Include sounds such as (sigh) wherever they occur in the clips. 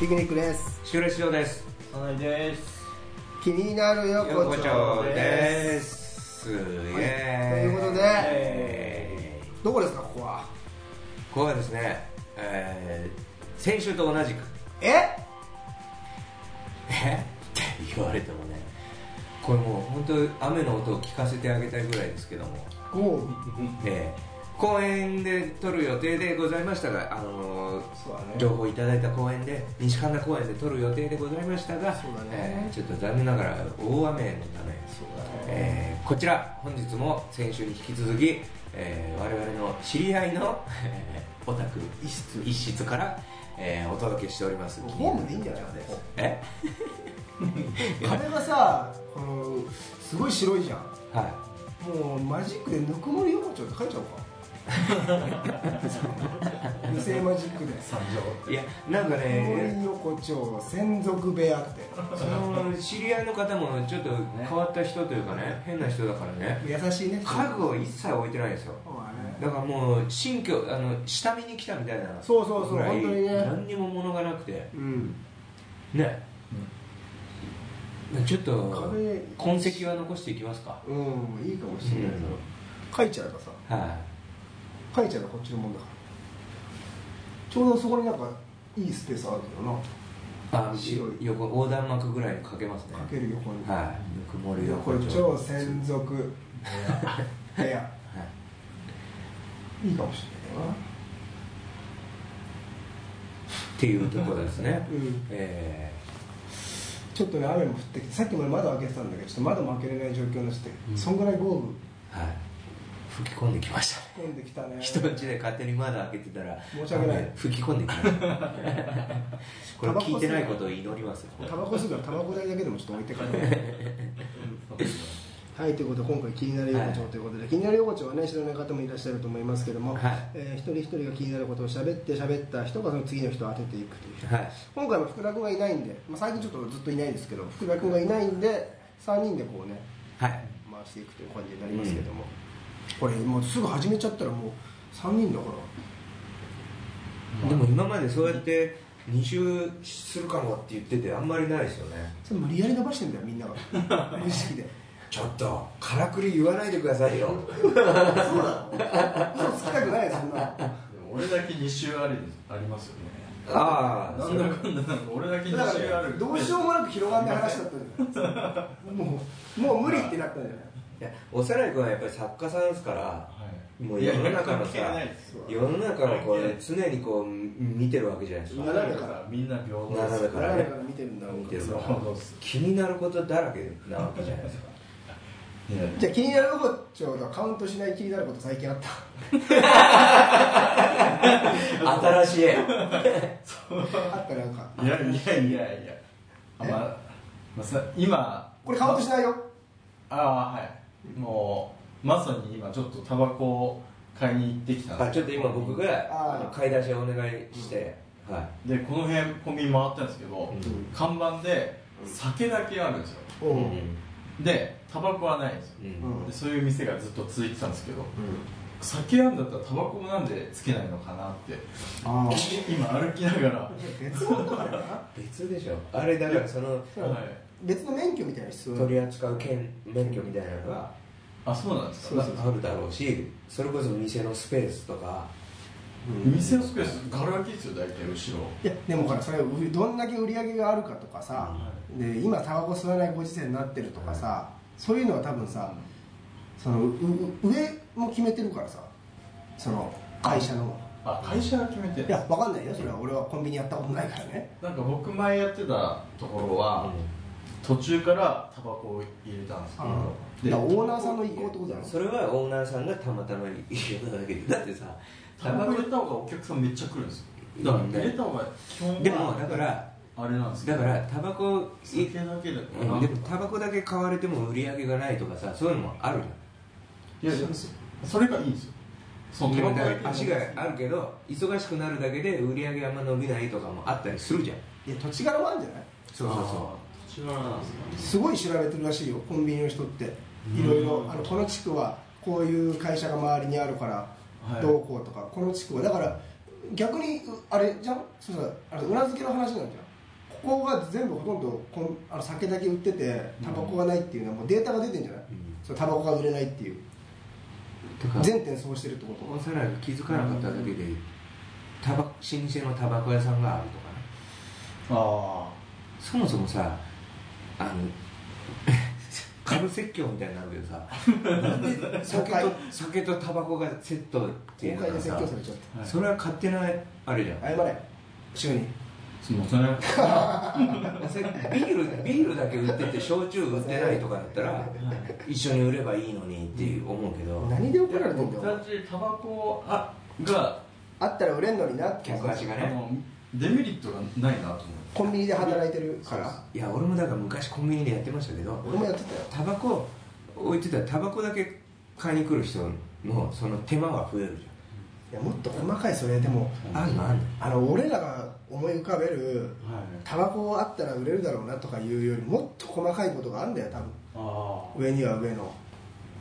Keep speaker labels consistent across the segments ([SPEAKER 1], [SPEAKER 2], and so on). [SPEAKER 1] ピクニックです
[SPEAKER 2] 修練指導です。
[SPEAKER 3] さないです。
[SPEAKER 1] 気になるよ
[SPEAKER 2] 横
[SPEAKER 1] こち
[SPEAKER 2] 丁
[SPEAKER 1] ょ
[SPEAKER 2] ですす。すげ
[SPEAKER 1] ということで
[SPEAKER 2] えー
[SPEAKER 1] どこですかここは
[SPEAKER 2] ここはですね、えー先週と同じく、
[SPEAKER 1] え
[SPEAKER 2] えって言われてもね、これもう本当雨の音を聞かせてあげたいぐらいですけども、
[SPEAKER 1] 豪
[SPEAKER 2] えー公園で撮る予定でございましたが、あのー
[SPEAKER 1] そうだね
[SPEAKER 2] 情報いただいた公園で西神田公園で撮る予定でございましたが、
[SPEAKER 1] そうだね
[SPEAKER 2] えーちょっと残念ながら大雨のため
[SPEAKER 1] そうだね
[SPEAKER 2] えーこちら本日も先週に引き続き、えー我々の知り合いの、えー、お宅一室一室から、えーお届けしております
[SPEAKER 1] ホームでいいんじゃない
[SPEAKER 2] え
[SPEAKER 1] (laughs) あれがさあのすごい白いじゃん
[SPEAKER 2] (laughs) は
[SPEAKER 1] もうマジックでぬくもり横丁って書いちゃおうか無声マジックで
[SPEAKER 3] 参上。
[SPEAKER 2] いいやなんか
[SPEAKER 1] ぬくも
[SPEAKER 2] ね
[SPEAKER 1] り横丁専属部屋っ
[SPEAKER 2] その知り合いの方もちょっと変わった人というかね変な人だからね
[SPEAKER 1] て優しいね
[SPEAKER 2] 家具を一切置いてないんですよ
[SPEAKER 1] そうだね
[SPEAKER 2] だからもう新居あの下見に来たみたいな
[SPEAKER 1] そうそうそう
[SPEAKER 2] ぐらい
[SPEAKER 1] 本当にね
[SPEAKER 2] 何にも物がなくて
[SPEAKER 1] うん
[SPEAKER 2] ね、ちょっと
[SPEAKER 1] 壁
[SPEAKER 2] 痕跡は残していきますか
[SPEAKER 1] うんいいかもしれないけど
[SPEAKER 2] うん
[SPEAKER 1] 書いちゃえばさ
[SPEAKER 2] は、
[SPEAKER 1] 書いちゃえばこっちのもんだからちょうどそこになんかいいスペースあるけどない
[SPEAKER 2] あ
[SPEAKER 1] 白い
[SPEAKER 2] 横横断幕ぐらいにかけますね
[SPEAKER 1] かける横に、
[SPEAKER 2] はいぬくもり
[SPEAKER 1] 横丁専属部屋部屋
[SPEAKER 2] はい
[SPEAKER 1] いいかもしれないな
[SPEAKER 2] っていうところですね、
[SPEAKER 1] うん
[SPEAKER 2] え
[SPEAKER 1] ちょっとね雨も降ってきてさっきまで窓開けてたんだけどちょっと窓も開けれない状況になって、
[SPEAKER 2] うん
[SPEAKER 1] そんぐらい豪雨
[SPEAKER 2] ーはい吹き込んできましたね
[SPEAKER 1] 飛んできたね
[SPEAKER 2] 人んちで勝手に窓開けてたら
[SPEAKER 1] 申し訳ない
[SPEAKER 2] 雨吹き込んできました
[SPEAKER 1] (laughs)
[SPEAKER 2] これ聞いてないことを祈りますよ
[SPEAKER 1] タバコ吸うからタバコ代だけでもちょっと置いてから
[SPEAKER 2] (laughs)
[SPEAKER 1] はいということで今回気になる横丁ということで、気になる横丁はね知らない方もいらっしゃると思いますけども、
[SPEAKER 2] はい
[SPEAKER 1] えー一人一人が気になることを喋って喋った人がその次の人を当てていくという、
[SPEAKER 2] はい
[SPEAKER 1] 今回も福田君がいないんで、まあ、最近ちょっとずっといないですけど福田君がいないんで3人でこうね
[SPEAKER 2] はい
[SPEAKER 1] 回していくという感じになりますけども、これもうすぐ始めちゃったらもう3人だから
[SPEAKER 2] でも今までそうやって2周するかもって言っててあんまりないですよね
[SPEAKER 1] それ無理やり伸ばしてんだよみんなが無意識で
[SPEAKER 2] ちょっとからくり言わないでくださいよ
[SPEAKER 1] 嘘つきたくないそんなの
[SPEAKER 3] 俺だけ二周ありありますよね。
[SPEAKER 2] ああ
[SPEAKER 3] なんだかんだなんか俺だけ二
[SPEAKER 1] だから
[SPEAKER 3] 周あ
[SPEAKER 1] ね
[SPEAKER 3] る。
[SPEAKER 1] どうしようもなく広がんない話だったんじゃないもうもう無理ってなったんじゃない
[SPEAKER 2] いやおさらい君はやっぱり作家さんですから
[SPEAKER 3] はい。
[SPEAKER 2] もう世の中のさ
[SPEAKER 3] 関係ないですよ。
[SPEAKER 2] 世の中のこう常にこう見てるわけじゃないですか
[SPEAKER 1] 斜めから
[SPEAKER 3] みんな平等
[SPEAKER 2] 斜め
[SPEAKER 1] だからから見てるんだろう
[SPEAKER 2] 見
[SPEAKER 1] け
[SPEAKER 2] て
[SPEAKER 1] ど
[SPEAKER 2] る
[SPEAKER 1] さ
[SPEAKER 2] か
[SPEAKER 3] そうそうそう
[SPEAKER 2] ら気になることだらけなわけじゃないですか
[SPEAKER 1] じゃあ気になる横丁がカウントしない気になること最近あった
[SPEAKER 3] (laughs)
[SPEAKER 2] 新しい (laughs)
[SPEAKER 1] あったなんか
[SPEAKER 3] いやいやいやいや。あまあまあさ今
[SPEAKER 1] これカウントしないよ
[SPEAKER 3] ああはい。もうまさに今ちょっとタバコを買いに行ってきたんです
[SPEAKER 2] あちょっと今僕
[SPEAKER 1] あー
[SPEAKER 2] が買い出しをお願いして、はい
[SPEAKER 3] でこの辺コンビニ回ったんですけど、
[SPEAKER 2] うん
[SPEAKER 3] 看板で酒だけあるんですよ
[SPEAKER 1] うんうん
[SPEAKER 3] でタバコはないんですよ
[SPEAKER 2] う
[SPEAKER 1] うん
[SPEAKER 2] ん
[SPEAKER 3] でそういう店がずっと続いてたんですけど酒あんだったらタバコもなんでつけないのかなって
[SPEAKER 1] ああ
[SPEAKER 3] 今歩きながら、は
[SPEAKER 1] 別物だからな
[SPEAKER 2] 別でしょあれだからその
[SPEAKER 3] い、
[SPEAKER 1] 別の免許みたいな必要
[SPEAKER 2] 取り扱う権免許みたいなのが
[SPEAKER 3] あそうなんですか
[SPEAKER 1] そうそう
[SPEAKER 2] あるだろうしそれこそ店のスペースとか
[SPEAKER 3] 店のスペースガラ空きですよ大体後ろ
[SPEAKER 1] いやでもほらそれどんだけ売り上げがあるかとかさ、で今タバコ吸わないご時世になってるとかさ、そういうのは多分さそのうう上も決めてるからさその会社の
[SPEAKER 3] あ会社が決めてる
[SPEAKER 1] いやわかんないよそれは俺はコンビニやったことないからね
[SPEAKER 3] なんか僕前やってたところは、途中からタバコを入れたんですけ
[SPEAKER 1] あ
[SPEAKER 3] どで
[SPEAKER 1] だからオーナーさんの意向ってことだろ
[SPEAKER 2] それはオーナーさんがたまたま言うだけでだってさ
[SPEAKER 3] タバコ入れた方がお客さんめっちゃ来るんですよだから入れた方が基本は
[SPEAKER 2] でもだから
[SPEAKER 3] あれなんですけ
[SPEAKER 2] だ
[SPEAKER 3] ど
[SPEAKER 2] からタバコい
[SPEAKER 3] 酒だけだから、
[SPEAKER 2] うんでもタバコだけ買われても売り上げがないとかさそういうのもあるじゃん
[SPEAKER 3] いやでもそれがいいんですよそう
[SPEAKER 2] タバコは
[SPEAKER 3] 煙
[SPEAKER 2] 足があるけど忙しくなるだけで売り上げあんま伸びないとかもあったりするじゃん
[SPEAKER 1] いや土地柄もあるんじゃない
[SPEAKER 2] そうそうそ
[SPEAKER 4] 知らなんですか
[SPEAKER 1] すごい調べてるらしいよコンビニの人っていろいろあのこの地区はこういう会社が周りにあるから
[SPEAKER 3] はい
[SPEAKER 1] どうこうとか、この地区はだから逆にうあれじゃんそうそうあれ裏付けの話なんじゃんここが全部ほとんどこんあの酒だけ売っててタバコがないっていうのはもうデータが出てんじゃない、
[SPEAKER 2] うん
[SPEAKER 1] そうタバコが売れないっていう
[SPEAKER 2] うだから
[SPEAKER 1] 全店そうしてるってこと
[SPEAKER 2] おさらに気づかなかっただけでタバ老舗のタバコ屋さんがあるとかね
[SPEAKER 3] あ
[SPEAKER 2] そもそもさあの (laughs) 株説教みたいになるけどさなんで酒と酒とタバコがセットってい
[SPEAKER 1] 公
[SPEAKER 2] うの
[SPEAKER 1] 開
[SPEAKER 2] が
[SPEAKER 1] で説
[SPEAKER 2] さ
[SPEAKER 1] 教されちゃっ
[SPEAKER 3] あ、はい、
[SPEAKER 2] それは勝手なあれじゃん
[SPEAKER 1] た謝れ週に
[SPEAKER 3] すいません
[SPEAKER 2] せビールビールだけ売ってて焼酎売ってないとかだったら一緒に売ればいいのにって思うけど
[SPEAKER 1] 何で怒られてん
[SPEAKER 3] 僕
[SPEAKER 1] だよ
[SPEAKER 3] たちタバコあが
[SPEAKER 1] あったら売れんのになって
[SPEAKER 2] 客足
[SPEAKER 3] あ
[SPEAKER 2] がね
[SPEAKER 3] のデメリットがないなと思って
[SPEAKER 1] コンビニで働いてるから
[SPEAKER 2] いや俺もだから昔コンビニでやってましたけど
[SPEAKER 1] 俺もやってたよ
[SPEAKER 2] タバコ置いてたらタバコだけ買いに来る人のその手間が増えるじ
[SPEAKER 1] いやもっと細かいそれでも
[SPEAKER 2] ゃんあんのあんの
[SPEAKER 1] あの俺らが思い浮かべる
[SPEAKER 3] はい
[SPEAKER 1] タバコあったら売れるだろうなとかいうよりもっと細かいことがあるんだよ多
[SPEAKER 3] あ
[SPEAKER 1] 分上には上の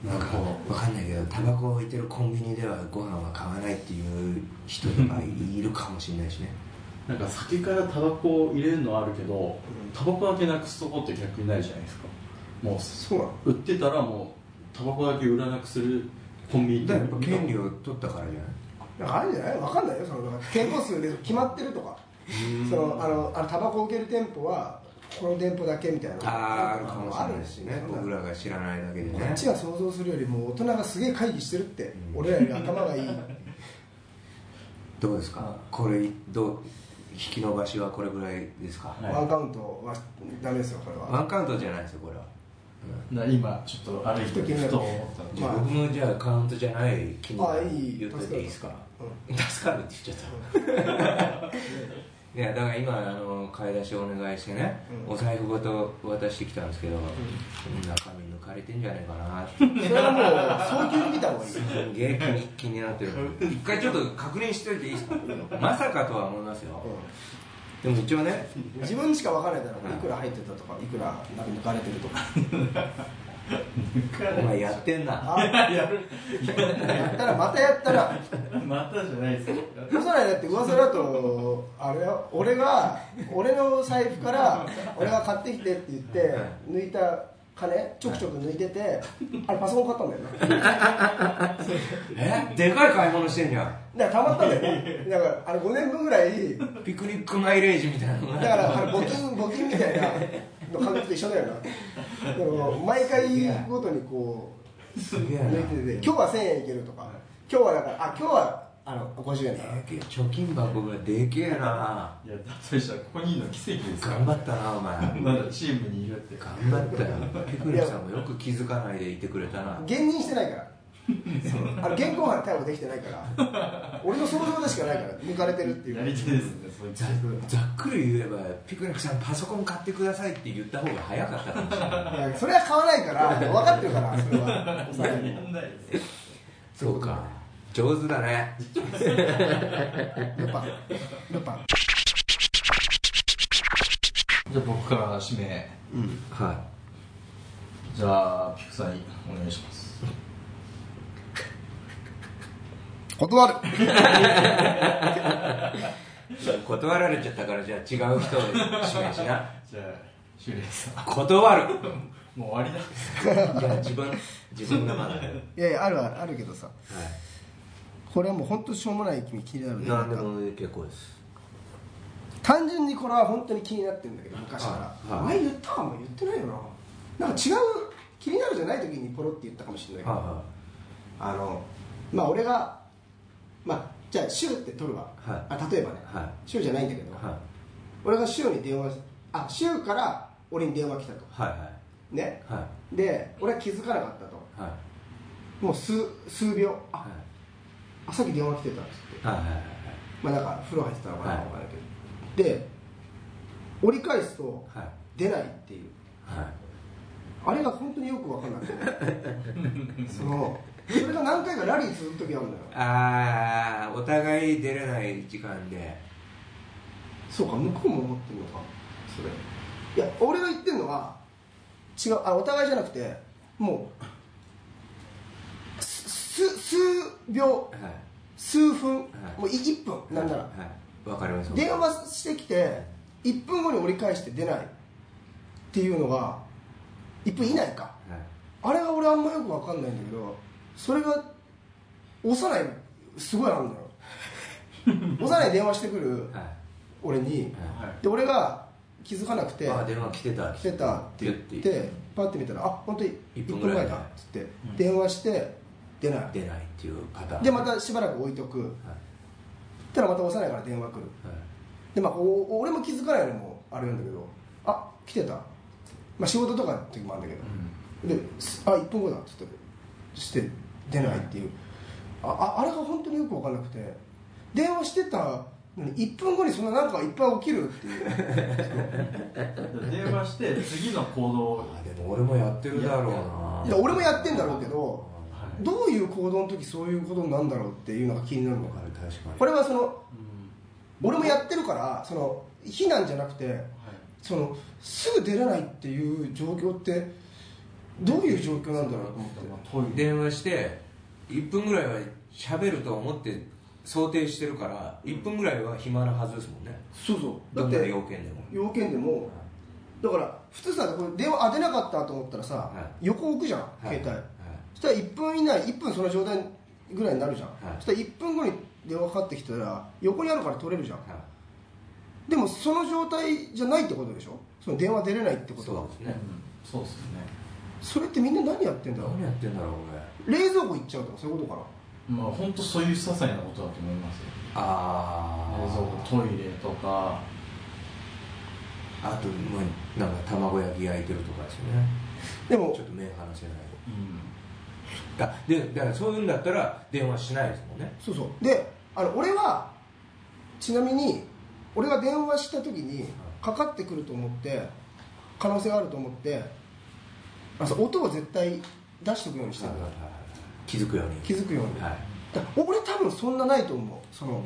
[SPEAKER 3] あなるほど
[SPEAKER 2] わかんないけどタバコを置いてるコンビニではご飯は買わないっていう人とかいるかもしれないしね
[SPEAKER 3] なんか酒からタバコを入れるのはあるけどタバコだけなくすとこって逆にないじゃないですかも
[SPEAKER 1] そうなの
[SPEAKER 3] う売ってたらもうタバコだけ売らなくするコンビニ
[SPEAKER 2] だからやっぱ権利を取ったからじゃない
[SPEAKER 1] なんかあるんじゃないわかんないよそのなんか店舗数で決まってるとかそのあのあのタバコ受ける店舗はこの店舗だけみたいな
[SPEAKER 2] あーあるかもしれないし
[SPEAKER 1] あ
[SPEAKER 2] ね
[SPEAKER 1] るし
[SPEAKER 2] 僕らが知らないだけで
[SPEAKER 1] こ
[SPEAKER 2] ね
[SPEAKER 1] っちが想像するよりも大人がすげえ会議してるって、俺らより頭がいい
[SPEAKER 2] どうですかこれどう引き伸ばしはこれぐらいですか、
[SPEAKER 3] はい
[SPEAKER 1] ワンカウントはダメですよこれは
[SPEAKER 2] ワンカウントじゃないですよこれは、
[SPEAKER 3] な今ちょっと歩いてるふと思ったんで
[SPEAKER 2] じゃあ
[SPEAKER 1] まあ
[SPEAKER 2] 僕もじゃあカウントじゃない気に
[SPEAKER 1] あいい
[SPEAKER 2] 言っといていいですか
[SPEAKER 1] う
[SPEAKER 2] 助かるって言っちゃったいや (laughs) だから今あの買い出しをお願いしてね、
[SPEAKER 1] うん
[SPEAKER 2] お財布ごと渡してきたんですけど、中身抜かれてんじゃないかなって
[SPEAKER 1] それはもう早急に見た方がいい
[SPEAKER 2] すんげえ気に気になってる一回ちょっと確認しといていいですかまさかとは思いますよ、でも一応ね
[SPEAKER 1] うん自分しか分からないだろういくら入ってたとかいくらなんか抜かれてると
[SPEAKER 2] (laughs)
[SPEAKER 1] か
[SPEAKER 2] お前やってんな
[SPEAKER 1] あ
[SPEAKER 3] やる
[SPEAKER 1] やったらまたやったら
[SPEAKER 3] (laughs) またじゃないですよ
[SPEAKER 1] そしたらだって噂だとあれよ俺が俺の財布から俺が買ってきてって言って抜いた金ちょくちょく抜いててあれパソコン買ったんだよね
[SPEAKER 2] えでかい買い物してんじゃん
[SPEAKER 1] だからたまったんだよねだからあれ5年分ぐらい
[SPEAKER 2] ピクニックマイレージみたいなの
[SPEAKER 1] だ
[SPEAKER 2] が
[SPEAKER 1] からあれ募金募金みたいなの感覚と一緒だよなでも毎回ごとにこう
[SPEAKER 2] すげえな
[SPEAKER 1] 抜いてて今日は1000円いけるとか今日はだからあ今日はあの50円だ
[SPEAKER 2] でけえ貯金箱がでけえない
[SPEAKER 3] やだとしたらここにいるの奇跡ですか
[SPEAKER 2] 頑張ったなお前
[SPEAKER 3] らまだチームにいるって
[SPEAKER 2] 頑張ったよピクニックさんもよく気づかないでいてくれたな
[SPEAKER 1] 減任してないからあの現行犯逮捕できてないから俺の想像でしかないから抜かれてるっていう
[SPEAKER 3] やり手ですねそいつ
[SPEAKER 2] ざざっくり言えばピクニックさんパソコン買ってくださいって言った方が早かったかもしれない
[SPEAKER 1] いやそれは買わないから分かってるからそれはお
[SPEAKER 3] や
[SPEAKER 1] 互いに
[SPEAKER 3] んないです
[SPEAKER 2] そ
[SPEAKER 3] よ
[SPEAKER 2] うか上手だね
[SPEAKER 1] ルパンルパン
[SPEAKER 3] じゃあ僕から指名
[SPEAKER 2] は
[SPEAKER 3] じゃあピクさんにお願いします
[SPEAKER 1] 断る
[SPEAKER 2] い断られちゃったからじゃあ違う人を指名しな
[SPEAKER 3] じゃあシュレイさん
[SPEAKER 2] 断る
[SPEAKER 3] もう終わりだ
[SPEAKER 2] じゃあ自分自分がまだはい
[SPEAKER 1] いやいやあるあるあるけどさこれはもう本当しょうもない君気になるね
[SPEAKER 2] 何でも結構です
[SPEAKER 1] 単純にこれは本当に気になってるんだけど昔から、
[SPEAKER 2] はいはい
[SPEAKER 1] 前言ったかも言ってないよななんか違う気になるじゃない時にポロって言ったかもしれないけど、
[SPEAKER 2] は
[SPEAKER 1] あのまあ俺がまあじゃあ「シュウ」って取るわ、
[SPEAKER 2] はい
[SPEAKER 1] あ例えばね
[SPEAKER 2] いはい
[SPEAKER 1] 「シュウ」じゃないんだけど、
[SPEAKER 2] はい
[SPEAKER 1] 俺が「シュウ」に電話しあシュウから俺に電話来たと
[SPEAKER 2] はい
[SPEAKER 1] ね
[SPEAKER 2] はい
[SPEAKER 1] で俺は気づかなかったと
[SPEAKER 2] はいはい
[SPEAKER 1] もう数数秒あ、
[SPEAKER 2] はい
[SPEAKER 1] あさっき電話来てたっつって
[SPEAKER 2] はいはい
[SPEAKER 1] まあなんか風呂入ってたのかな
[SPEAKER 2] はい
[SPEAKER 1] わかんないけどで折り返すと
[SPEAKER 2] はい
[SPEAKER 1] 出ないっていう
[SPEAKER 2] はい (laughs)
[SPEAKER 1] あれが本当によく分かんなくてそのそれが何回かラリー続く時あるのよ
[SPEAKER 2] ああお互い出れない時間で
[SPEAKER 1] そうか向こうも思ってるのかそれいや俺が言ってるのは違うあお互いじゃなくてもうすす数秒
[SPEAKER 2] はい
[SPEAKER 1] 数分、
[SPEAKER 2] い
[SPEAKER 1] もう1分なんなら、
[SPEAKER 2] はいわかります
[SPEAKER 1] 電話してきて1分後に折り返して出ないっていうのが1分以内か
[SPEAKER 2] はい
[SPEAKER 1] あれが俺あんまよく分かんないんだけどそれが押さないすごいあるんだよ押さない電話してくる
[SPEAKER 2] はい
[SPEAKER 1] 俺に
[SPEAKER 2] は
[SPEAKER 3] はい
[SPEAKER 1] で俺が気づかなくて
[SPEAKER 2] いあ電話来てた
[SPEAKER 1] 来てたって言
[SPEAKER 2] 言
[SPEAKER 1] っ
[SPEAKER 2] って
[SPEAKER 1] てパッて見たらあ本当に
[SPEAKER 2] 一
[SPEAKER 1] 1
[SPEAKER 2] 分
[SPEAKER 1] 分
[SPEAKER 2] ぐ
[SPEAKER 1] ぐら
[SPEAKER 2] らい
[SPEAKER 1] い
[SPEAKER 2] だ
[SPEAKER 1] だっつって電話して出ない
[SPEAKER 2] 出ないっていうパターン
[SPEAKER 1] でまたしばらく置いとく
[SPEAKER 2] はい
[SPEAKER 1] たらまた押さないから電話来るでまあお俺も気づかないのもあれなんだけどあ来てたまあ仕事とかの時もあるんだけど、ですあ1分後だっつってして出ないっていうあああれが本当によく分からなくて電話してたのに1分後にそんななんかいっぱい起きるっていう
[SPEAKER 3] 電話して次の行動を
[SPEAKER 2] あでも俺もやってるだろうない
[SPEAKER 1] や俺もやってんだろうけど
[SPEAKER 3] はい
[SPEAKER 1] どういう行動の時そういうことになるんだろうっていうのが気になるの
[SPEAKER 2] わ
[SPEAKER 1] か
[SPEAKER 2] かる確かに
[SPEAKER 1] これはその
[SPEAKER 3] うん
[SPEAKER 1] 俺もやってるからその避難じゃなくて
[SPEAKER 3] はい
[SPEAKER 1] そのすぐ出れないっていう状況ってどういう状況なんだろうと思って
[SPEAKER 3] トイレ
[SPEAKER 2] 電話して1分ぐらいは喋ると思って想定してるから1分ぐらいは暇なはずですもんね
[SPEAKER 1] そうそうだ
[SPEAKER 2] ど
[SPEAKER 1] っ
[SPEAKER 2] んな要
[SPEAKER 1] て
[SPEAKER 2] 件でも
[SPEAKER 1] 要件でもだから普通さこれ電話当てなかったと思ったらさ、
[SPEAKER 2] は
[SPEAKER 1] 横置くじゃん、
[SPEAKER 2] はい
[SPEAKER 1] 携帯
[SPEAKER 2] はい
[SPEAKER 1] そしたら1分以内1分その状態ぐらいになるじゃん、
[SPEAKER 2] い
[SPEAKER 1] そしたら1分後に電話かかってきたら横にあるから取れるじゃん
[SPEAKER 2] は
[SPEAKER 1] でもその状態じゃないってことでしょその電話出れないって
[SPEAKER 2] い
[SPEAKER 1] こと
[SPEAKER 2] そ
[SPEAKER 1] は
[SPEAKER 2] うですね
[SPEAKER 3] そうですね
[SPEAKER 1] それってみんな何やってんだろ
[SPEAKER 2] 何やってんだろう俺
[SPEAKER 1] う冷蔵庫行っちゃうとかそういうことか
[SPEAKER 3] まあ本当そういう些細なことだと思いますよ
[SPEAKER 2] あ
[SPEAKER 3] 冷蔵庫トイレとか
[SPEAKER 2] ああともうなんか卵焼き焼いてるとかですよね
[SPEAKER 1] なで
[SPEAKER 2] ちょ
[SPEAKER 1] も
[SPEAKER 2] っと目離せない
[SPEAKER 3] うん
[SPEAKER 2] だでだからそういうんだったら電話しないですもんね
[SPEAKER 1] そうそうであの俺はちなみに俺が電話した時にかかってくると思って可能性があると思ってあそう音を絶対出しとくようにしてる
[SPEAKER 2] はいはいはい気づくように
[SPEAKER 1] 気づくように
[SPEAKER 2] はい
[SPEAKER 1] だ俺多分そんなないと思うその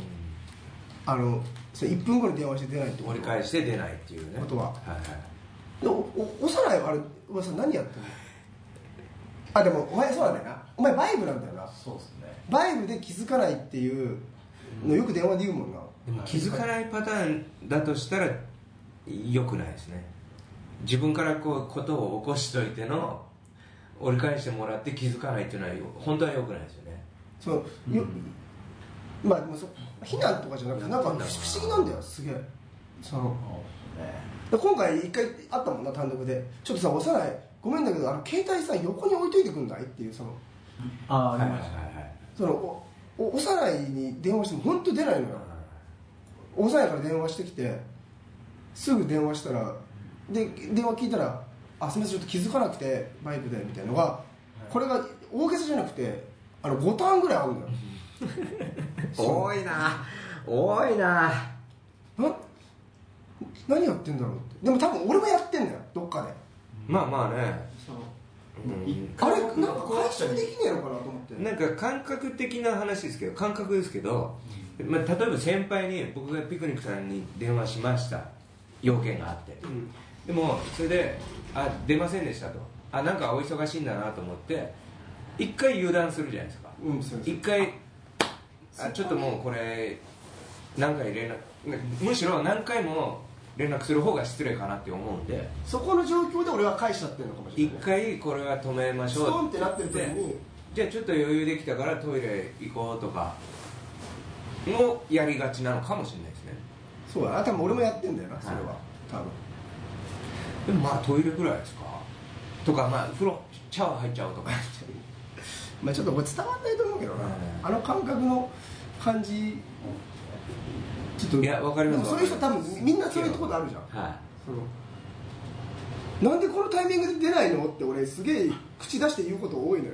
[SPEAKER 1] あのそれ1分後に電話して出ないってこと
[SPEAKER 2] 折り返して出ないっていうね
[SPEAKER 1] ことはい
[SPEAKER 2] はい
[SPEAKER 1] でおお幼いあれお前さ何やってんのあでもお前そうなんだよなお前バイブなんだよな
[SPEAKER 3] そうですね
[SPEAKER 1] バイブで気づかないっていうのよく電話で言うもんな、
[SPEAKER 2] でも気づかないパターンだとしたら良くないですね自分からこうことを起こしといての折り返してもらって気づかないっていうのは本当は良くないですよね
[SPEAKER 1] そのよ、まあでもそ避難とかじゃなくてなんか不思議なんだよすげえその
[SPEAKER 3] そうですね
[SPEAKER 1] で今回一回あったもんな単独でちょっとさ幼いごめんだけどあの携帯さ横に置いといてくんないっていうその
[SPEAKER 3] ああ
[SPEAKER 2] はい
[SPEAKER 3] あ
[SPEAKER 2] はい
[SPEAKER 3] り
[SPEAKER 2] は
[SPEAKER 3] ま
[SPEAKER 2] い
[SPEAKER 3] し
[SPEAKER 2] はい
[SPEAKER 1] そのおお幼いに電話しても本当出ないのよ幼いから電話してきてすぐ電話したらで電話聞いたら「あすみませんちょっと気づかなくてバイクで」みたいなのがこれが大げさじゃなくてあの5ターンぐらいあるんだよ
[SPEAKER 2] 多いな多いな
[SPEAKER 1] な何やってんだろうってでも多分俺もやってんだよどっかで
[SPEAKER 2] まあまあね、
[SPEAKER 3] た
[SPEAKER 1] あれなんか解消できねえのかなと思って
[SPEAKER 2] なんか感覚的な話ですけど感覚ですけど、まあ、例えば先輩に僕がピクニックさんに電話しました要件があって、
[SPEAKER 1] ん
[SPEAKER 2] でもそれで「あ出ませんでした」と「あなんかお忙しいんだな」と思って一回油断するじゃないですか
[SPEAKER 1] うんそうです
[SPEAKER 2] 一回あちょっともうこれ何回連絡むしろ何回も連絡する方が失礼かなって思うんで
[SPEAKER 1] そこの状況で俺は返しちゃってるのかもしれ
[SPEAKER 2] 一
[SPEAKER 1] ない
[SPEAKER 2] 回これは止めましょう
[SPEAKER 1] ストンってなってる時に
[SPEAKER 2] じゃあちょっと余裕できたからトイレ行こうとかもやりがちなのかもしれないですね
[SPEAKER 1] そうだな多分俺もやってんだよなそれ
[SPEAKER 2] はい
[SPEAKER 1] は多分
[SPEAKER 2] でもまあトイレぐらいですかとかまあ風呂シャワー入っちゃおうとか
[SPEAKER 1] (laughs) まあちょっとこれ伝わんないと思うけどなあの感覚の感じちょっと
[SPEAKER 2] いやわかりま
[SPEAKER 1] で
[SPEAKER 2] す
[SPEAKER 1] もそういう人多分みんなそういうところあるじゃん
[SPEAKER 2] は
[SPEAKER 1] そのなんでこのタイミングで出ないのって俺すげえ口出して言うこと多いのよ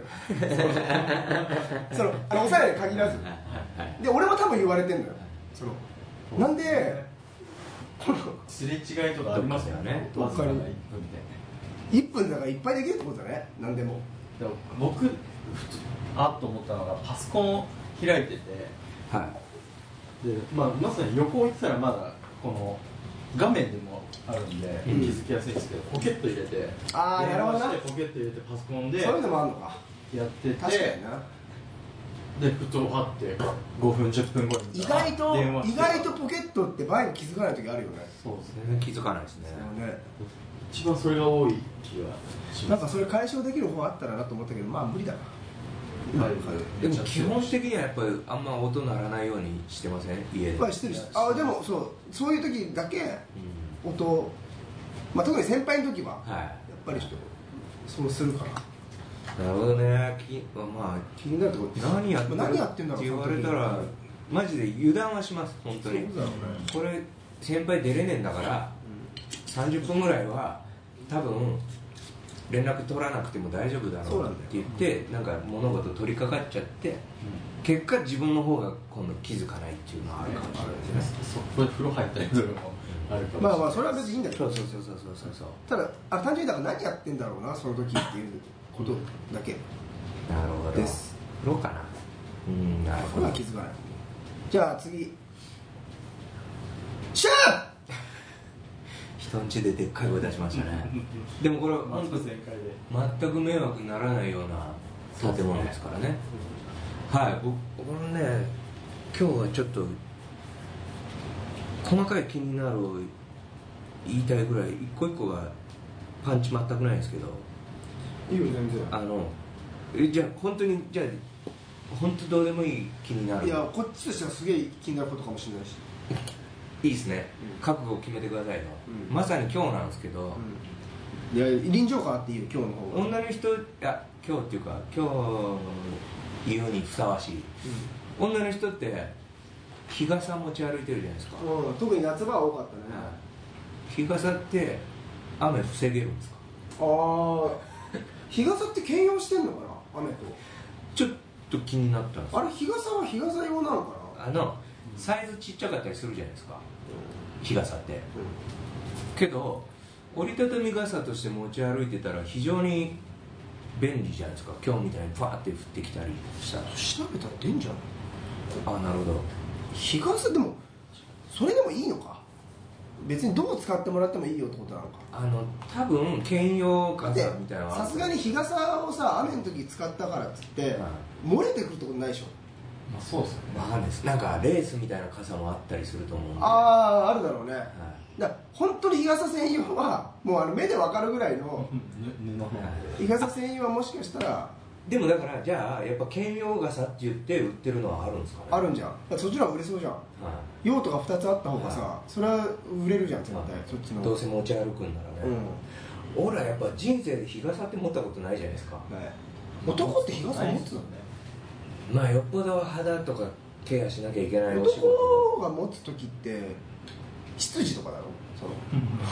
[SPEAKER 1] そのあの抑えに限らずで俺も多分言われてんのよそのなんでこの
[SPEAKER 3] すれ違いとかありますよね
[SPEAKER 1] どっかに
[SPEAKER 3] わずかな一分
[SPEAKER 1] 1分
[SPEAKER 3] みたいな
[SPEAKER 1] だからいっぱいできるってことだね何でも
[SPEAKER 3] でも僕ふとあっと思ったのがパソコンを開いてて
[SPEAKER 2] は
[SPEAKER 3] で、まあ、まさに横置いてたらまだこの画面でもあるんで、
[SPEAKER 2] うん
[SPEAKER 3] 気づきやすいんですけどポケット入れて
[SPEAKER 1] あーなるほどな
[SPEAKER 3] 電話してポケット入れてパソコンで
[SPEAKER 1] そういうのもあるのか
[SPEAKER 3] やってて
[SPEAKER 1] 確かにな
[SPEAKER 3] でふとあって5分10分後に
[SPEAKER 1] 意外と
[SPEAKER 3] 電話し
[SPEAKER 1] 意
[SPEAKER 3] て
[SPEAKER 1] 外とポケットって前に気づかない時あるよね
[SPEAKER 3] そうです
[SPEAKER 2] い
[SPEAKER 3] ね
[SPEAKER 2] 全然気づかないですね
[SPEAKER 1] そうね
[SPEAKER 3] 一番それが多い気がし
[SPEAKER 1] な
[SPEAKER 3] ま
[SPEAKER 1] んかそれ解消できる方あったらなと思ったけどまあ無理だな
[SPEAKER 3] すはい
[SPEAKER 2] でも基本的にはやっぱりあんま音鳴らないようにしてません家で、
[SPEAKER 1] まあしてるしあでもそうそういう時だけ
[SPEAKER 2] うん
[SPEAKER 1] 音、まあ、特に先輩の時はやっ
[SPEAKER 2] はい
[SPEAKER 1] ぱり人そうするから
[SPEAKER 2] なるほどねきまあ
[SPEAKER 1] 気になるとこ
[SPEAKER 2] 何やってる
[SPEAKER 1] 何やってんだろう
[SPEAKER 2] て言われたらマジで油断はします本当
[SPEAKER 1] その時
[SPEAKER 2] に
[SPEAKER 1] そうだろうね
[SPEAKER 2] これ先輩出れねえんだから30分ぐらいは多分連絡取らなくても大丈夫だ
[SPEAKER 1] そ
[SPEAKER 2] ろ
[SPEAKER 1] う
[SPEAKER 2] う
[SPEAKER 1] な
[SPEAKER 2] っ
[SPEAKER 1] ん
[SPEAKER 2] て
[SPEAKER 1] だよ
[SPEAKER 2] 言ってなんか物事取り掛かっちゃって結果自分の方が今度気づかないっていうのはあるかもしれないですね
[SPEAKER 3] そこで風呂入ったりするのもあるかもしれない
[SPEAKER 1] まあまあそれは別にいいんだけど
[SPEAKER 2] そうそうそうそうそう
[SPEAKER 1] ただあ単純にだから何やってんだろうなその時っていうことだけ
[SPEAKER 2] なるほど
[SPEAKER 1] です
[SPEAKER 2] 風呂かなうんなる
[SPEAKER 1] こ
[SPEAKER 2] ほ
[SPEAKER 1] れ
[SPEAKER 2] ど
[SPEAKER 1] は気づかないじゃあ次シャー
[SPEAKER 2] 人ん家ででっかい声出しましたね (laughs) でもこれは
[SPEAKER 3] マ
[SPEAKER 2] 本
[SPEAKER 3] ス
[SPEAKER 2] 当
[SPEAKER 3] ク全開で
[SPEAKER 2] 全く迷惑にならないような建物ですからねはい僕このね今日はちょっと細かい気になるを言いたいぐらい一個一個がパンチ全くないんですけど
[SPEAKER 1] いいよ全然
[SPEAKER 2] あのえじゃあ本当にじゃあ本当どうでもいい気になる
[SPEAKER 1] いやこっちとしてはすげえ気になることかもしれないし
[SPEAKER 2] いいですね
[SPEAKER 1] うん
[SPEAKER 2] 覚悟を決めてくださいよ、
[SPEAKER 1] うん
[SPEAKER 2] まさに今日なんですけど、
[SPEAKER 1] いや臨場感あっていいよ今日の方が
[SPEAKER 2] 女の人いや今日っていうか今日言うにふさわしい女の人って日傘持ち歩いてるじゃないですか、
[SPEAKER 1] うんうん特に夏場は多かったね
[SPEAKER 2] 日傘って雨防げるんですか
[SPEAKER 1] ああ (laughs) 日傘って兼用してんのかな雨と
[SPEAKER 2] ちょっと気になったんです
[SPEAKER 1] あれ日傘は日傘用なのかな
[SPEAKER 2] あのサイズちっちゃかったりするじゃないですか日傘ってけど折りたたみ傘として持ち歩いてたら非常に便利じゃないですか今日みたいにファーって降ってきたりしたら
[SPEAKER 1] 調べたら出んじゃん
[SPEAKER 2] あなるほど
[SPEAKER 1] 日傘でもそれでもいいのか別にどう使ってもらってもいいよってことなのか
[SPEAKER 2] あの多分兼用
[SPEAKER 1] で
[SPEAKER 2] 傘みたいなのある
[SPEAKER 1] さすがに日傘をさ雨の時使ったからっつって、
[SPEAKER 2] は
[SPEAKER 1] 漏れてくるってことないでしょ
[SPEAKER 3] まあそうですよ
[SPEAKER 2] わかんないですなんかレースみたいな傘もあったりすると思うんでは
[SPEAKER 1] あああるだろうね
[SPEAKER 2] い
[SPEAKER 1] だから本当に日傘専用はもうあの目で分かるぐらいの
[SPEAKER 3] ね布の方で
[SPEAKER 1] 日傘専用はもしかしたら
[SPEAKER 2] でもだからじゃあやっぱ兼用傘って言って売ってるのはあるんですかね
[SPEAKER 1] ある
[SPEAKER 2] は
[SPEAKER 1] んじゃんだからそっちの方が売れそうじゃん用途が2つあった方がさそれは売れるじゃん
[SPEAKER 2] い
[SPEAKER 1] 絶
[SPEAKER 2] ま
[SPEAKER 1] 対
[SPEAKER 2] あ
[SPEAKER 1] そっちの
[SPEAKER 2] どうせ持ち歩くんなら
[SPEAKER 1] う
[SPEAKER 2] ね、
[SPEAKER 1] ん
[SPEAKER 2] 俺らやっぱ人生で日傘って持ったことないじゃないですか
[SPEAKER 1] ね男って日傘持つのね
[SPEAKER 2] まあよっぽど肌とかケアしなきゃいけないお仕事
[SPEAKER 1] 男が持つ時って執事とかだろその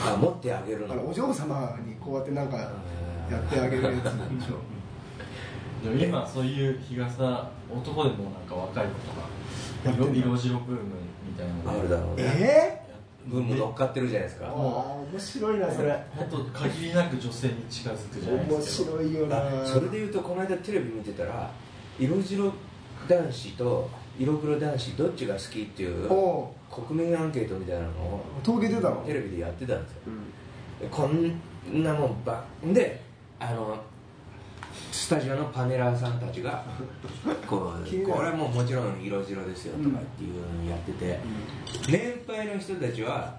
[SPEAKER 2] あ持ってあげる
[SPEAKER 1] あの
[SPEAKER 2] の
[SPEAKER 1] お嬢様にこうやってなんか
[SPEAKER 2] うん
[SPEAKER 1] やってあげるやつでしょ
[SPEAKER 2] (laughs)
[SPEAKER 3] でも今そういう日傘男でもなんか若い子とか
[SPEAKER 1] やってん
[SPEAKER 3] 色
[SPEAKER 1] だ
[SPEAKER 3] 色白ブームみたいなの
[SPEAKER 2] あるだろうね
[SPEAKER 1] え
[SPEAKER 2] ブーム乗っかってるじゃないです
[SPEAKER 1] ー、あ
[SPEAKER 2] か
[SPEAKER 1] あ面白いなそれ
[SPEAKER 3] 本当限りなく女性に近づくじゃない
[SPEAKER 1] 面
[SPEAKER 3] ですか
[SPEAKER 1] 白いよな
[SPEAKER 2] あそれでいうとこの間テレビ見てたら色白男子と色黒男子どっちが好きっていう
[SPEAKER 1] お
[SPEAKER 2] 国民アンケートみたいなのを
[SPEAKER 1] う統計出たの
[SPEAKER 2] テレビでやってたんですよ
[SPEAKER 1] うん
[SPEAKER 2] こんなもんばであのスタジオのパネラーさんた
[SPEAKER 1] (laughs)
[SPEAKER 2] ちがこう
[SPEAKER 1] 気になる
[SPEAKER 2] これはもうもちろん色白ですよとかっていうのをやってて、年配の人たちは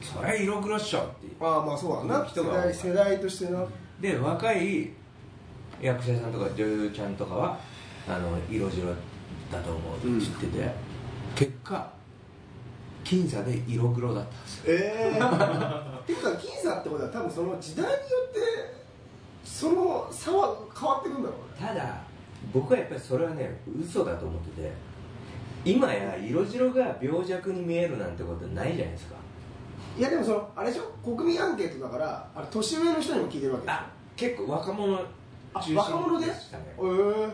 [SPEAKER 2] それ色黒っしょっていう
[SPEAKER 1] ああまあそうだな
[SPEAKER 2] 人
[SPEAKER 1] 世
[SPEAKER 2] が多い
[SPEAKER 1] 代世代としてな
[SPEAKER 2] で若い役者さんとか女優ちゃんとかはあの色白だと思うって言ってて、結果僅差で色黒だったんですよ
[SPEAKER 1] ええー、 (laughs) ってことは僅差ってことは多分その時代によってその差は変わってくんだろうね
[SPEAKER 2] ただ僕はやっぱりそれはね嘘だと思ってて今や色白が病弱に見えるなんてことないじゃないですか
[SPEAKER 1] いやでもそのあれでしょ国民アンケートだからあれ年上の人にも聞いてるわけでしょ
[SPEAKER 2] あ結構若者中心
[SPEAKER 1] 若者で
[SPEAKER 2] したね
[SPEAKER 1] えー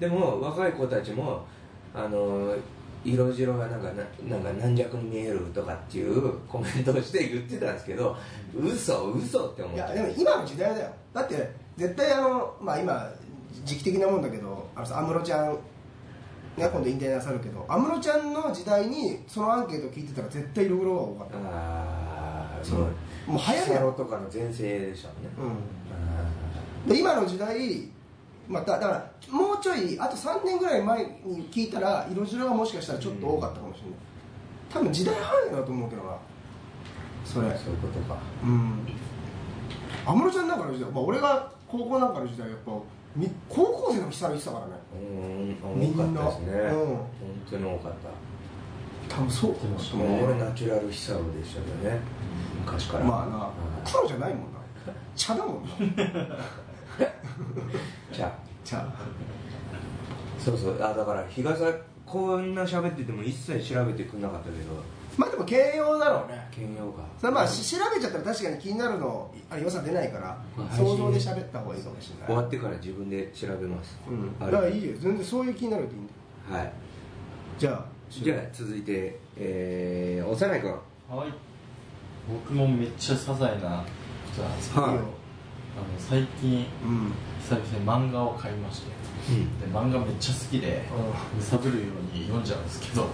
[SPEAKER 2] でも若い子たちもあの色白がなんかななんか軟弱に見えるとかっていうコメントをして言ってたんですけど嘘嘘って思っ
[SPEAKER 1] い
[SPEAKER 2] て
[SPEAKER 1] やでも今の時代だよだって絶対あのまあ今時期的なもんだけどあのさ安室ちゃんが今度引退なさるけど安室ちゃんの時代にそのアンケート聞いてたら絶対色黒が多かった
[SPEAKER 2] ああ
[SPEAKER 1] そうもう流行る
[SPEAKER 2] やろとかの前世でしたもんね
[SPEAKER 1] うんで今の時代まただからもうちょいあと3年ぐらい前に聞いたら色白がもしかしたらちょっと多かったかもしれない、多分時代範囲だと思うけどなそれ
[SPEAKER 2] そういうことか
[SPEAKER 1] うん安室ちゃんなんかの時代、まあ、俺が高校なんかの時代やっぱみ高校生の日サロ行ってたからね
[SPEAKER 2] うん
[SPEAKER 1] み
[SPEAKER 2] 多
[SPEAKER 1] んな
[SPEAKER 2] かったです
[SPEAKER 1] う
[SPEAKER 2] ね
[SPEAKER 1] ん
[SPEAKER 2] 本当に多かった
[SPEAKER 1] 多分そうだと思う
[SPEAKER 2] もう俺ナチュラルヒサロでしたけどね昔から
[SPEAKER 1] まあな
[SPEAKER 2] うん
[SPEAKER 1] 黒じゃないもんな茶だもんな
[SPEAKER 2] じゃあ
[SPEAKER 1] (laughs) 茶
[SPEAKER 2] そうそうあだから日傘こんな喋ってても一切調べてくんなかったけど
[SPEAKER 1] まあでも形容だろうね
[SPEAKER 2] 兼用が
[SPEAKER 1] それまあし調べちゃったら確かに気になるのあ良さ出ないから
[SPEAKER 3] まあ
[SPEAKER 1] 想像で喋った方がいいかもしれ
[SPEAKER 2] 終
[SPEAKER 1] な
[SPEAKER 2] わ
[SPEAKER 1] い、
[SPEAKER 2] ってから自分で調べます、
[SPEAKER 1] うん、
[SPEAKER 2] あ
[SPEAKER 1] だ
[SPEAKER 2] れ
[SPEAKER 1] からいいよ全然そういう気になるといいんだよ
[SPEAKER 2] はい
[SPEAKER 1] じゃあ
[SPEAKER 2] じゃあ続いてえー、幼い君
[SPEAKER 3] はい僕もめっちゃ些細なことなんですけど
[SPEAKER 2] はい
[SPEAKER 1] いよ
[SPEAKER 3] あの最近
[SPEAKER 1] うん
[SPEAKER 3] 久々に漫画を買いましてで漫画めっちゃ好きで (laughs) 揺さぶるように読んじゃうんですけど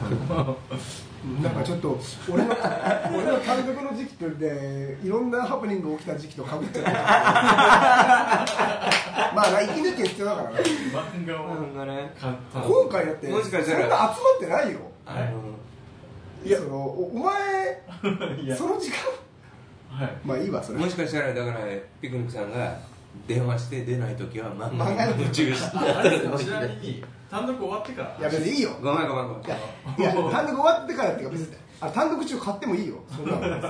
[SPEAKER 1] うんなんかちょっと俺の (laughs) 俺の監督の時期とでいろんなハプニング起きた時期とかぶっちゃっ
[SPEAKER 2] (laughs)
[SPEAKER 1] たまあ息抜きは必要だからね
[SPEAKER 3] 漫画を
[SPEAKER 2] 漫画ね
[SPEAKER 3] 買ったんです
[SPEAKER 1] 今回だって
[SPEAKER 2] もしかした
[SPEAKER 1] そん
[SPEAKER 2] ら
[SPEAKER 1] な集まってないよ
[SPEAKER 2] あの
[SPEAKER 1] いやそのおお
[SPEAKER 2] (laughs)
[SPEAKER 1] 前
[SPEAKER 3] いや
[SPEAKER 1] その時間
[SPEAKER 3] はい
[SPEAKER 1] まあいいわそれ
[SPEAKER 2] もしかしたらだからピクニックさんが電話して出ない時は漫画に夢中して
[SPEAKER 3] あれですよちなみに単独終わってから
[SPEAKER 1] いや別にいいよ
[SPEAKER 2] ごめんごめんごめん
[SPEAKER 1] いやいや単独終わってからっていうか別にあ単独中買ってもいいよそんなの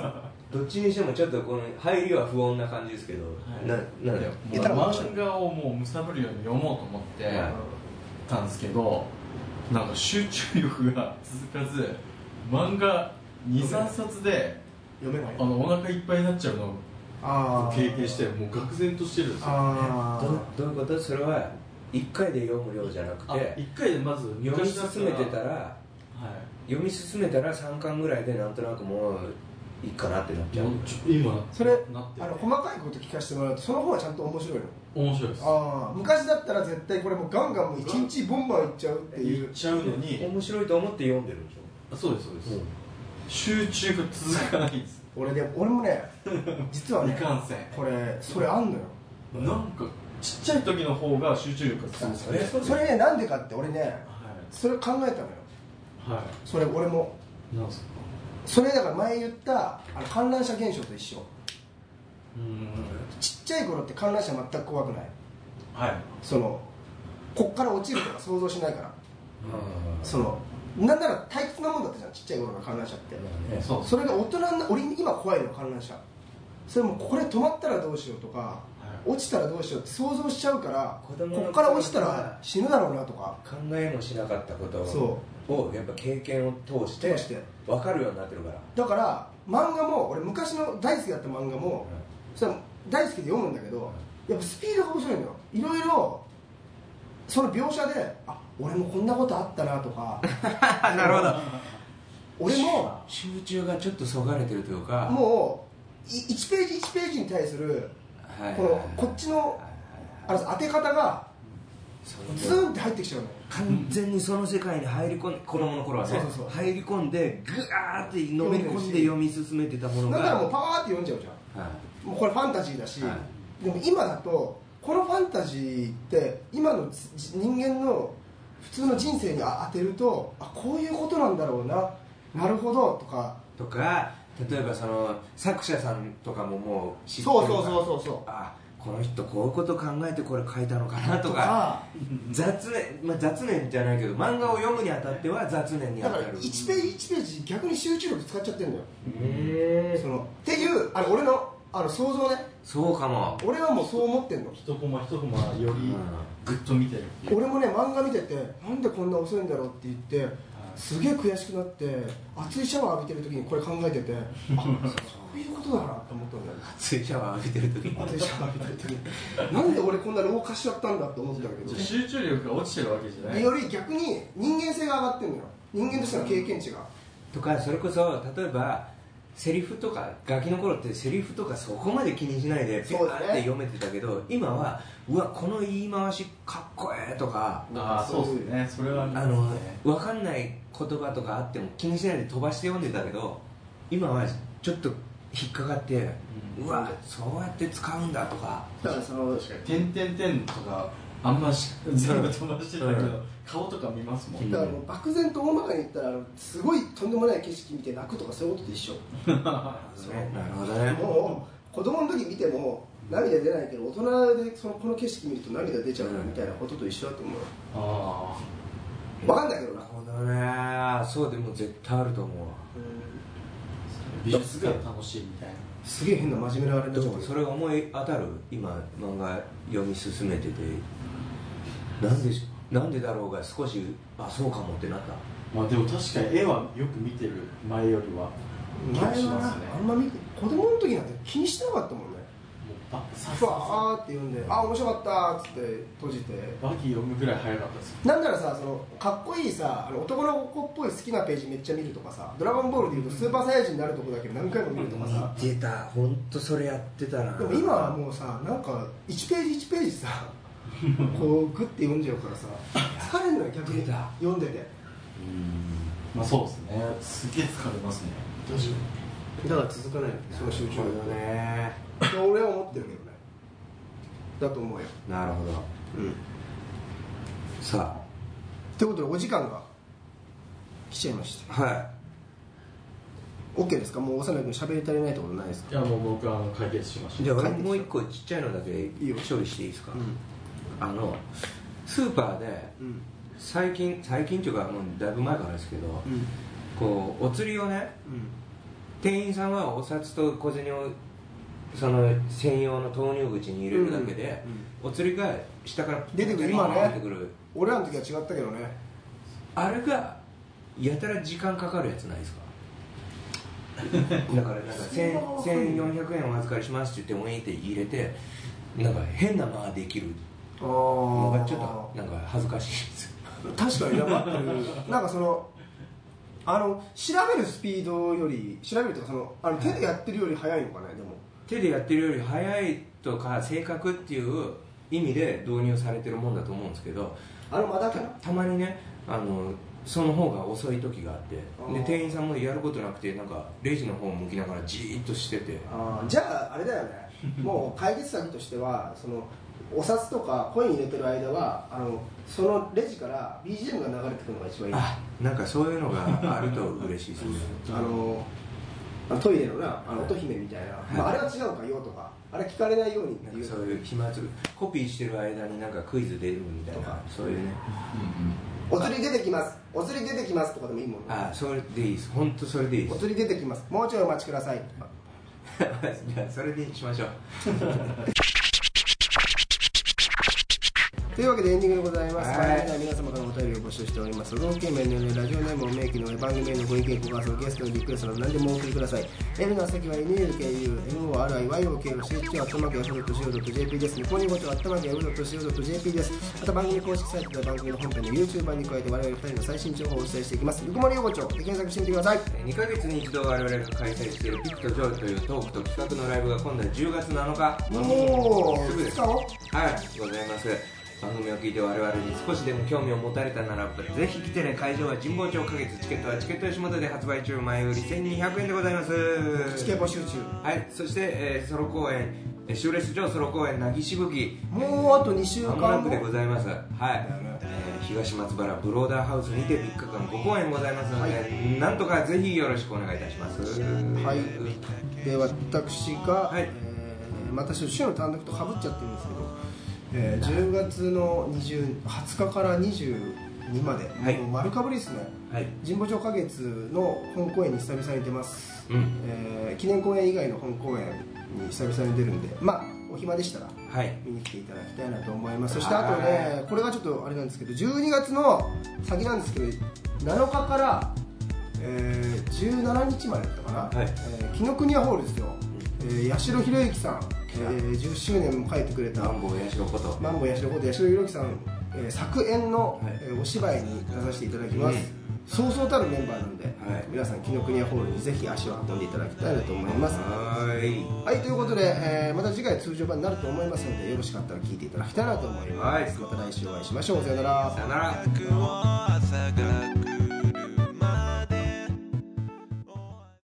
[SPEAKER 2] どっちにしてもちょっとこの入りは不穏な感じですけど、ななんだよ
[SPEAKER 1] いや多分
[SPEAKER 3] もう漫画をもうむさぶるように読もうと思って
[SPEAKER 2] はい
[SPEAKER 3] たんですけどなんか集中力が続かず漫画23冊で
[SPEAKER 1] 読めな
[SPEAKER 3] あ
[SPEAKER 1] い
[SPEAKER 3] のお腹いっぱいになっちゃうのを
[SPEAKER 1] あー
[SPEAKER 3] 経験してもう愕然としてるんですよ
[SPEAKER 1] あ
[SPEAKER 2] どどういうことそれは1回で読む量じゃなく
[SPEAKER 3] あ
[SPEAKER 2] て
[SPEAKER 3] 一回でまず
[SPEAKER 2] 読み
[SPEAKER 3] だった
[SPEAKER 2] 進
[SPEAKER 3] ら
[SPEAKER 2] めてたら
[SPEAKER 3] はい
[SPEAKER 2] 読み進めたら3巻ぐらいでなんとなくもういいかなってなっちゃう
[SPEAKER 3] もうちょ今
[SPEAKER 1] ーそれ
[SPEAKER 3] なって
[SPEAKER 1] あ
[SPEAKER 3] る
[SPEAKER 1] の細かいこと聞かせてもらうとその方はちゃんと面白いの
[SPEAKER 3] 面白いです
[SPEAKER 1] ああ昔だったら絶対これもうガンガンもう一日ボンバンいっちゃうってい
[SPEAKER 3] 言
[SPEAKER 1] う
[SPEAKER 3] っちゃうのに
[SPEAKER 2] 面白いと思って読んでるんでし
[SPEAKER 3] あそうですそうです、
[SPEAKER 2] ょ、
[SPEAKER 3] 集中が続かないんです
[SPEAKER 1] 俺で俺もね実はね
[SPEAKER 3] いかんせん
[SPEAKER 1] これそれあんのよ
[SPEAKER 3] なんかちっちゃい時の方が集中力が続
[SPEAKER 2] そ
[SPEAKER 3] く
[SPEAKER 2] れ
[SPEAKER 3] は
[SPEAKER 1] それねなんでかって俺ねそれ考えたのよ
[SPEAKER 3] いは
[SPEAKER 1] それ俺も
[SPEAKER 3] いなんすか
[SPEAKER 1] それだから前言ったあの観覧車現象と一緒
[SPEAKER 3] うん
[SPEAKER 1] ちっちゃい頃って観覧車全く怖くない
[SPEAKER 3] はい
[SPEAKER 1] そのこっから落ちるとか想像しないからそのなんなら退屈なもんだったじゃんちっちゃい頃の観覧車って
[SPEAKER 2] ね
[SPEAKER 3] そう
[SPEAKER 1] それが大人な俺今怖いの観覧車それもこれ止まったらどうしようとか落ちたらどうしようって想像しちゃうから
[SPEAKER 2] 子
[SPEAKER 1] こ
[SPEAKER 2] 供の頃
[SPEAKER 1] っから落ちたら死ぬだろうなとか
[SPEAKER 2] 考えもしなかったこと
[SPEAKER 1] そ
[SPEAKER 2] をやっぱ経験を通して
[SPEAKER 1] 通して
[SPEAKER 2] 分かるようになってるから
[SPEAKER 1] だから漫画も俺昔の大好きだった漫画もそれは大好きで読むんだけどやっぱスピードが面白いのよいろいろその描写であ俺もこんなことあったなとか
[SPEAKER 2] (laughs) なるほど
[SPEAKER 1] 俺も
[SPEAKER 2] 集中がちょっとそがれてるというか
[SPEAKER 1] もうい1ページ1ページに対する
[SPEAKER 2] はい
[SPEAKER 1] このこっちのあの当て方がズーンって入ってきちゃうのよ
[SPEAKER 2] 完全にその世界に入り込んで子供の頃は
[SPEAKER 1] そ
[SPEAKER 2] ね
[SPEAKER 1] うそうそう
[SPEAKER 2] 入り込んでぐわーってのめり込んで読み進めてたものが
[SPEAKER 1] なんならもうパワーって読んじゃうじゃん
[SPEAKER 2] は
[SPEAKER 1] もうこれファンタジーだし、
[SPEAKER 2] は
[SPEAKER 1] でも今だとこのファンタジーって今のじ人間の普通の人生にあ当てるとあこういうことなんだろうななるほどとか
[SPEAKER 2] いとか例えばその作者さんとかももう知ってる
[SPEAKER 1] そう
[SPEAKER 2] か
[SPEAKER 1] そ
[SPEAKER 2] ら
[SPEAKER 1] うそうそうそう
[SPEAKER 2] あこの人こういうこと考えてこれ書いたのかなと
[SPEAKER 1] と
[SPEAKER 2] か
[SPEAKER 1] か
[SPEAKER 2] 雑念、まあ、雑念じゃないけど漫画を読むにあたっては雑念に
[SPEAKER 1] だ
[SPEAKER 2] あ
[SPEAKER 1] か
[SPEAKER 2] た
[SPEAKER 1] ら
[SPEAKER 2] る
[SPEAKER 1] 1ページ1ページ逆に集中力使っちゃってるんだよ
[SPEAKER 2] へ
[SPEAKER 1] そ
[SPEAKER 2] ー
[SPEAKER 1] のっていうあの俺のあの想像ね
[SPEAKER 2] そうかも
[SPEAKER 1] 俺はもうそう思ってんの
[SPEAKER 3] 一コマ一コマよりぐっと見てるっていう
[SPEAKER 1] 俺もね漫画見ててなんでこんな遅いんだろうって言ってすげえ悔しくなって熱いシャワー浴びてる時にこれ考えててあそういうことだなって思ったんだよ
[SPEAKER 2] 熱いシャワー浴びてる時に
[SPEAKER 1] 熱いシャワー浴びてる時になんで俺こんな老化しちゃったんだって思ってたけ
[SPEAKER 3] じ
[SPEAKER 1] ど
[SPEAKER 3] ゃあ集中力が落ちてるわけじゃない
[SPEAKER 1] より逆に人間性が上がってんのよ人間としての経験値が
[SPEAKER 2] とかそれこそ例えばセリフとかガキの頃ってセリフとかそこまで気にしないでピャ
[SPEAKER 1] そう
[SPEAKER 2] ー
[SPEAKER 1] だ
[SPEAKER 2] っ
[SPEAKER 1] ね
[SPEAKER 2] て読めてたけど、今はうわこの言い回しかっこええとか
[SPEAKER 3] ああそうですねそれはありま
[SPEAKER 2] あ
[SPEAKER 3] すね
[SPEAKER 2] の分かんない言葉とかあっても気にしないで飛ばして読んでたけど今はちょっと引っかかって、うわそうやって使うんだとか
[SPEAKER 1] だからその
[SPEAKER 3] 確かに「てんてんてん」とかあんまし全部飛ばしてたけ
[SPEAKER 2] う
[SPEAKER 3] ど、
[SPEAKER 2] ん
[SPEAKER 3] 顔とか見ますもん、
[SPEAKER 2] う
[SPEAKER 3] (laughs)
[SPEAKER 2] ん
[SPEAKER 1] だからもう漠然と大まかに言ったらあのすごいとんでもない景色見て泣くとかそういうことで一緒
[SPEAKER 2] なるほどね
[SPEAKER 1] もう子供の時見ても涙出ないけど大人でそのこの景色見ると涙出ちゃうみたいなことと一緒だと思う
[SPEAKER 3] あ
[SPEAKER 1] わかんないけど
[SPEAKER 2] な
[SPEAKER 1] な
[SPEAKER 2] るほどねそうでも絶対あると思うわ
[SPEAKER 3] ー美術が楽しいみたいな
[SPEAKER 1] すげえ変な真面目なあれになっちゃ
[SPEAKER 2] ど
[SPEAKER 1] う
[SPEAKER 2] う
[SPEAKER 1] け
[SPEAKER 2] それ思い当たる今漫画読み進めててなんでなんでだろうが少しあそうかもってなった
[SPEAKER 3] まあでも確かに絵はよく見てる前よりはも
[SPEAKER 1] ど前はなあんま見て子供の時なんて気にしてなかったもんね
[SPEAKER 3] うバさ
[SPEAKER 1] ふわーって読んで「あ面白かった」っつって閉じて
[SPEAKER 3] バキ読むぐらい早かったです
[SPEAKER 1] なんならさそのかっこいいさあの男の子っぽい好きなページめっちゃ見るとかさ「ドラゴンボール」でいうとスーパーサイヤ人になるとこだけ何回も見るとかさ
[SPEAKER 2] 見てた本当それやってたな
[SPEAKER 1] でも今はもうさなんか1ページ1ペー (laughs) ジさこうグッて読んじゃうからさ疲れるのよ逆に
[SPEAKER 2] 出た
[SPEAKER 1] 読んでて
[SPEAKER 3] まあそうですねすげえ疲れますね
[SPEAKER 1] だから続かないよその集中力
[SPEAKER 2] だね
[SPEAKER 1] と俺は思ってるけどねだと思うよ
[SPEAKER 2] なるほど
[SPEAKER 1] うん
[SPEAKER 2] さ
[SPEAKER 1] ということでお時間が来ちゃいました
[SPEAKER 2] あは
[SPEAKER 1] OK ですかもう幼い君喋り足りないってことないですか
[SPEAKER 3] いやもう僕あの解決しまし
[SPEAKER 2] い
[SPEAKER 3] た
[SPEAKER 2] じゃあ俺もう一個ちっちゃいのだけ
[SPEAKER 1] いよ
[SPEAKER 2] 処理していいですか
[SPEAKER 1] うん
[SPEAKER 2] あのスーパーで
[SPEAKER 1] うん
[SPEAKER 2] 最近最近っていうかもうだいぶ前からですけど
[SPEAKER 1] うん
[SPEAKER 2] こうお釣りをね店員さんはお札と小銭をその専用の投入口に入れるだけで、お釣りが下から
[SPEAKER 1] 出てくる
[SPEAKER 2] ピン
[SPEAKER 1] 今ね
[SPEAKER 2] 出てくる
[SPEAKER 1] 俺らの時は違ったけどね
[SPEAKER 2] あれがやたら時間かかるやつないですかだからなんか千1400円お預かりしますって言ってウィンって入れてなんか変な間ができる
[SPEAKER 1] あ
[SPEAKER 2] のが
[SPEAKER 1] あ
[SPEAKER 2] ちょっとなんか恥ずかしいです
[SPEAKER 1] 確かになかったなんかそのあの調べるスピードより調べるというかそのあの手でやってるより早いのかねでも
[SPEAKER 2] 手でやってるより早いとか正確っていう意味で導入されてるもんだと思うんですけど
[SPEAKER 1] あのまだか
[SPEAKER 2] た
[SPEAKER 1] な
[SPEAKER 2] たまにねあのその方が遅い時があって
[SPEAKER 1] あー
[SPEAKER 2] で店員さんもやることなくてなんかレジの方向きながらじーっとしてて
[SPEAKER 1] あーじゃああれだよねもう解決策としてはそのお札とかコイン入れてる間はあのそのレジから BGM が流れてくるのが一番いい
[SPEAKER 2] あなんかそういうのがあると嬉しいで
[SPEAKER 1] (laughs)
[SPEAKER 2] すね
[SPEAKER 1] あのあのトイレのなあの乙姫みたいな、まあ、あれは違うかよとかあれ聞かれないようにっ
[SPEAKER 2] な
[SPEAKER 1] て
[SPEAKER 2] ん
[SPEAKER 1] い
[SPEAKER 2] か
[SPEAKER 1] う
[SPEAKER 2] そういう暇つぶコピーしてる間になんかクイズ出るみたい
[SPEAKER 1] と
[SPEAKER 2] な
[SPEAKER 1] か
[SPEAKER 2] そういうね
[SPEAKER 1] お釣り出てきますお釣り出てきますとかでもいいもんね
[SPEAKER 2] あそれでいいです本当それでいいで
[SPEAKER 1] お
[SPEAKER 2] す
[SPEAKER 1] 釣り出てきますもうちょいお待ちください
[SPEAKER 2] (laughs) じゃあそれでしましょう
[SPEAKER 1] というわけでエンディングでございます。
[SPEAKER 2] はい
[SPEAKER 1] 番組では皆様からのお便りを募集しております。ローケーメンのラジオネームを名義の上番組へのご意見、ご感想、ゲストのリクエストなど何でもお送りください。M の先は NLKUMORIYOKOCHQ アットマーク F.CO.JP です。ニコニコとアットマーク F.CO.JP です。また番組公式サイトでは番組の本編の YouTuber に加えて我々2人の最新情報をお伝えしていきます。ぬくもり横丁で検索してみてください。
[SPEAKER 2] 2ヶ月に一度我々が開催しているピクとジョイというトークと企画のライブが今度は10月7日
[SPEAKER 1] もう、
[SPEAKER 2] すぐです
[SPEAKER 1] 使おう。
[SPEAKER 2] はい、ございます。番組を聞いて我々に少しでも興味を持たれたならば、ぜひ来てね、会場は神保町花月、チケットはチケット吉本で発売中、前売り1200円でございます。
[SPEAKER 1] チケ募集中。
[SPEAKER 2] はい、そして、えーソロ公演、えーシューレス城ソロ公演、なぎしぶき、
[SPEAKER 1] もうあと2週
[SPEAKER 2] まもな
[SPEAKER 1] 間
[SPEAKER 2] くで
[SPEAKER 1] 後
[SPEAKER 2] ご。ざいます。はい、
[SPEAKER 1] だよね
[SPEAKER 2] えー東松原ブローダーハウスにて3日間5公演ございますので、なんとかぜひよろしくお願いいたします。
[SPEAKER 1] はい
[SPEAKER 2] は、
[SPEAKER 1] で私が、
[SPEAKER 2] はい
[SPEAKER 1] えーまた週の単独とかぶっちゃってるんですけど、えー10月の 20, 20日から22まで、
[SPEAKER 2] はい
[SPEAKER 1] もう丸かぶりですね
[SPEAKER 2] い、
[SPEAKER 1] 神保町花月の本公演に久々に出ます、
[SPEAKER 2] うん、
[SPEAKER 1] えー記念公演以外の本公演に久々に出るんでまあお暇でしたら
[SPEAKER 2] はい、
[SPEAKER 1] 見に来ていただきたいなと思いますそして
[SPEAKER 2] はい
[SPEAKER 1] あとねこれがちょっとあれなんですけど12月の先なんですけど7日から、えー17日までだったかな、
[SPEAKER 2] はい
[SPEAKER 1] えー紀ノ国屋ホールですよ、えー、八代宏之さん、えー10周年も書いてくれた
[SPEAKER 2] マンボウヤシロこと。
[SPEAKER 1] マンボウ八代こと八代宏之さん、えー作演の、
[SPEAKER 2] はい
[SPEAKER 1] えーお芝居に出させていただきます、そうそうたるメンバーなんで、
[SPEAKER 2] はい
[SPEAKER 1] 皆さん紀ノ国屋ホールにぜひ足を運んでいただきたいなと思います
[SPEAKER 2] はい
[SPEAKER 1] はいということで、えーまた次回通常版になると思いますのでよろしかったら聞いていただきたいなと思います、
[SPEAKER 2] はい
[SPEAKER 1] また来週お会いしましょうさよなら
[SPEAKER 2] さよなら
[SPEAKER 4] 「僕を朝が来る」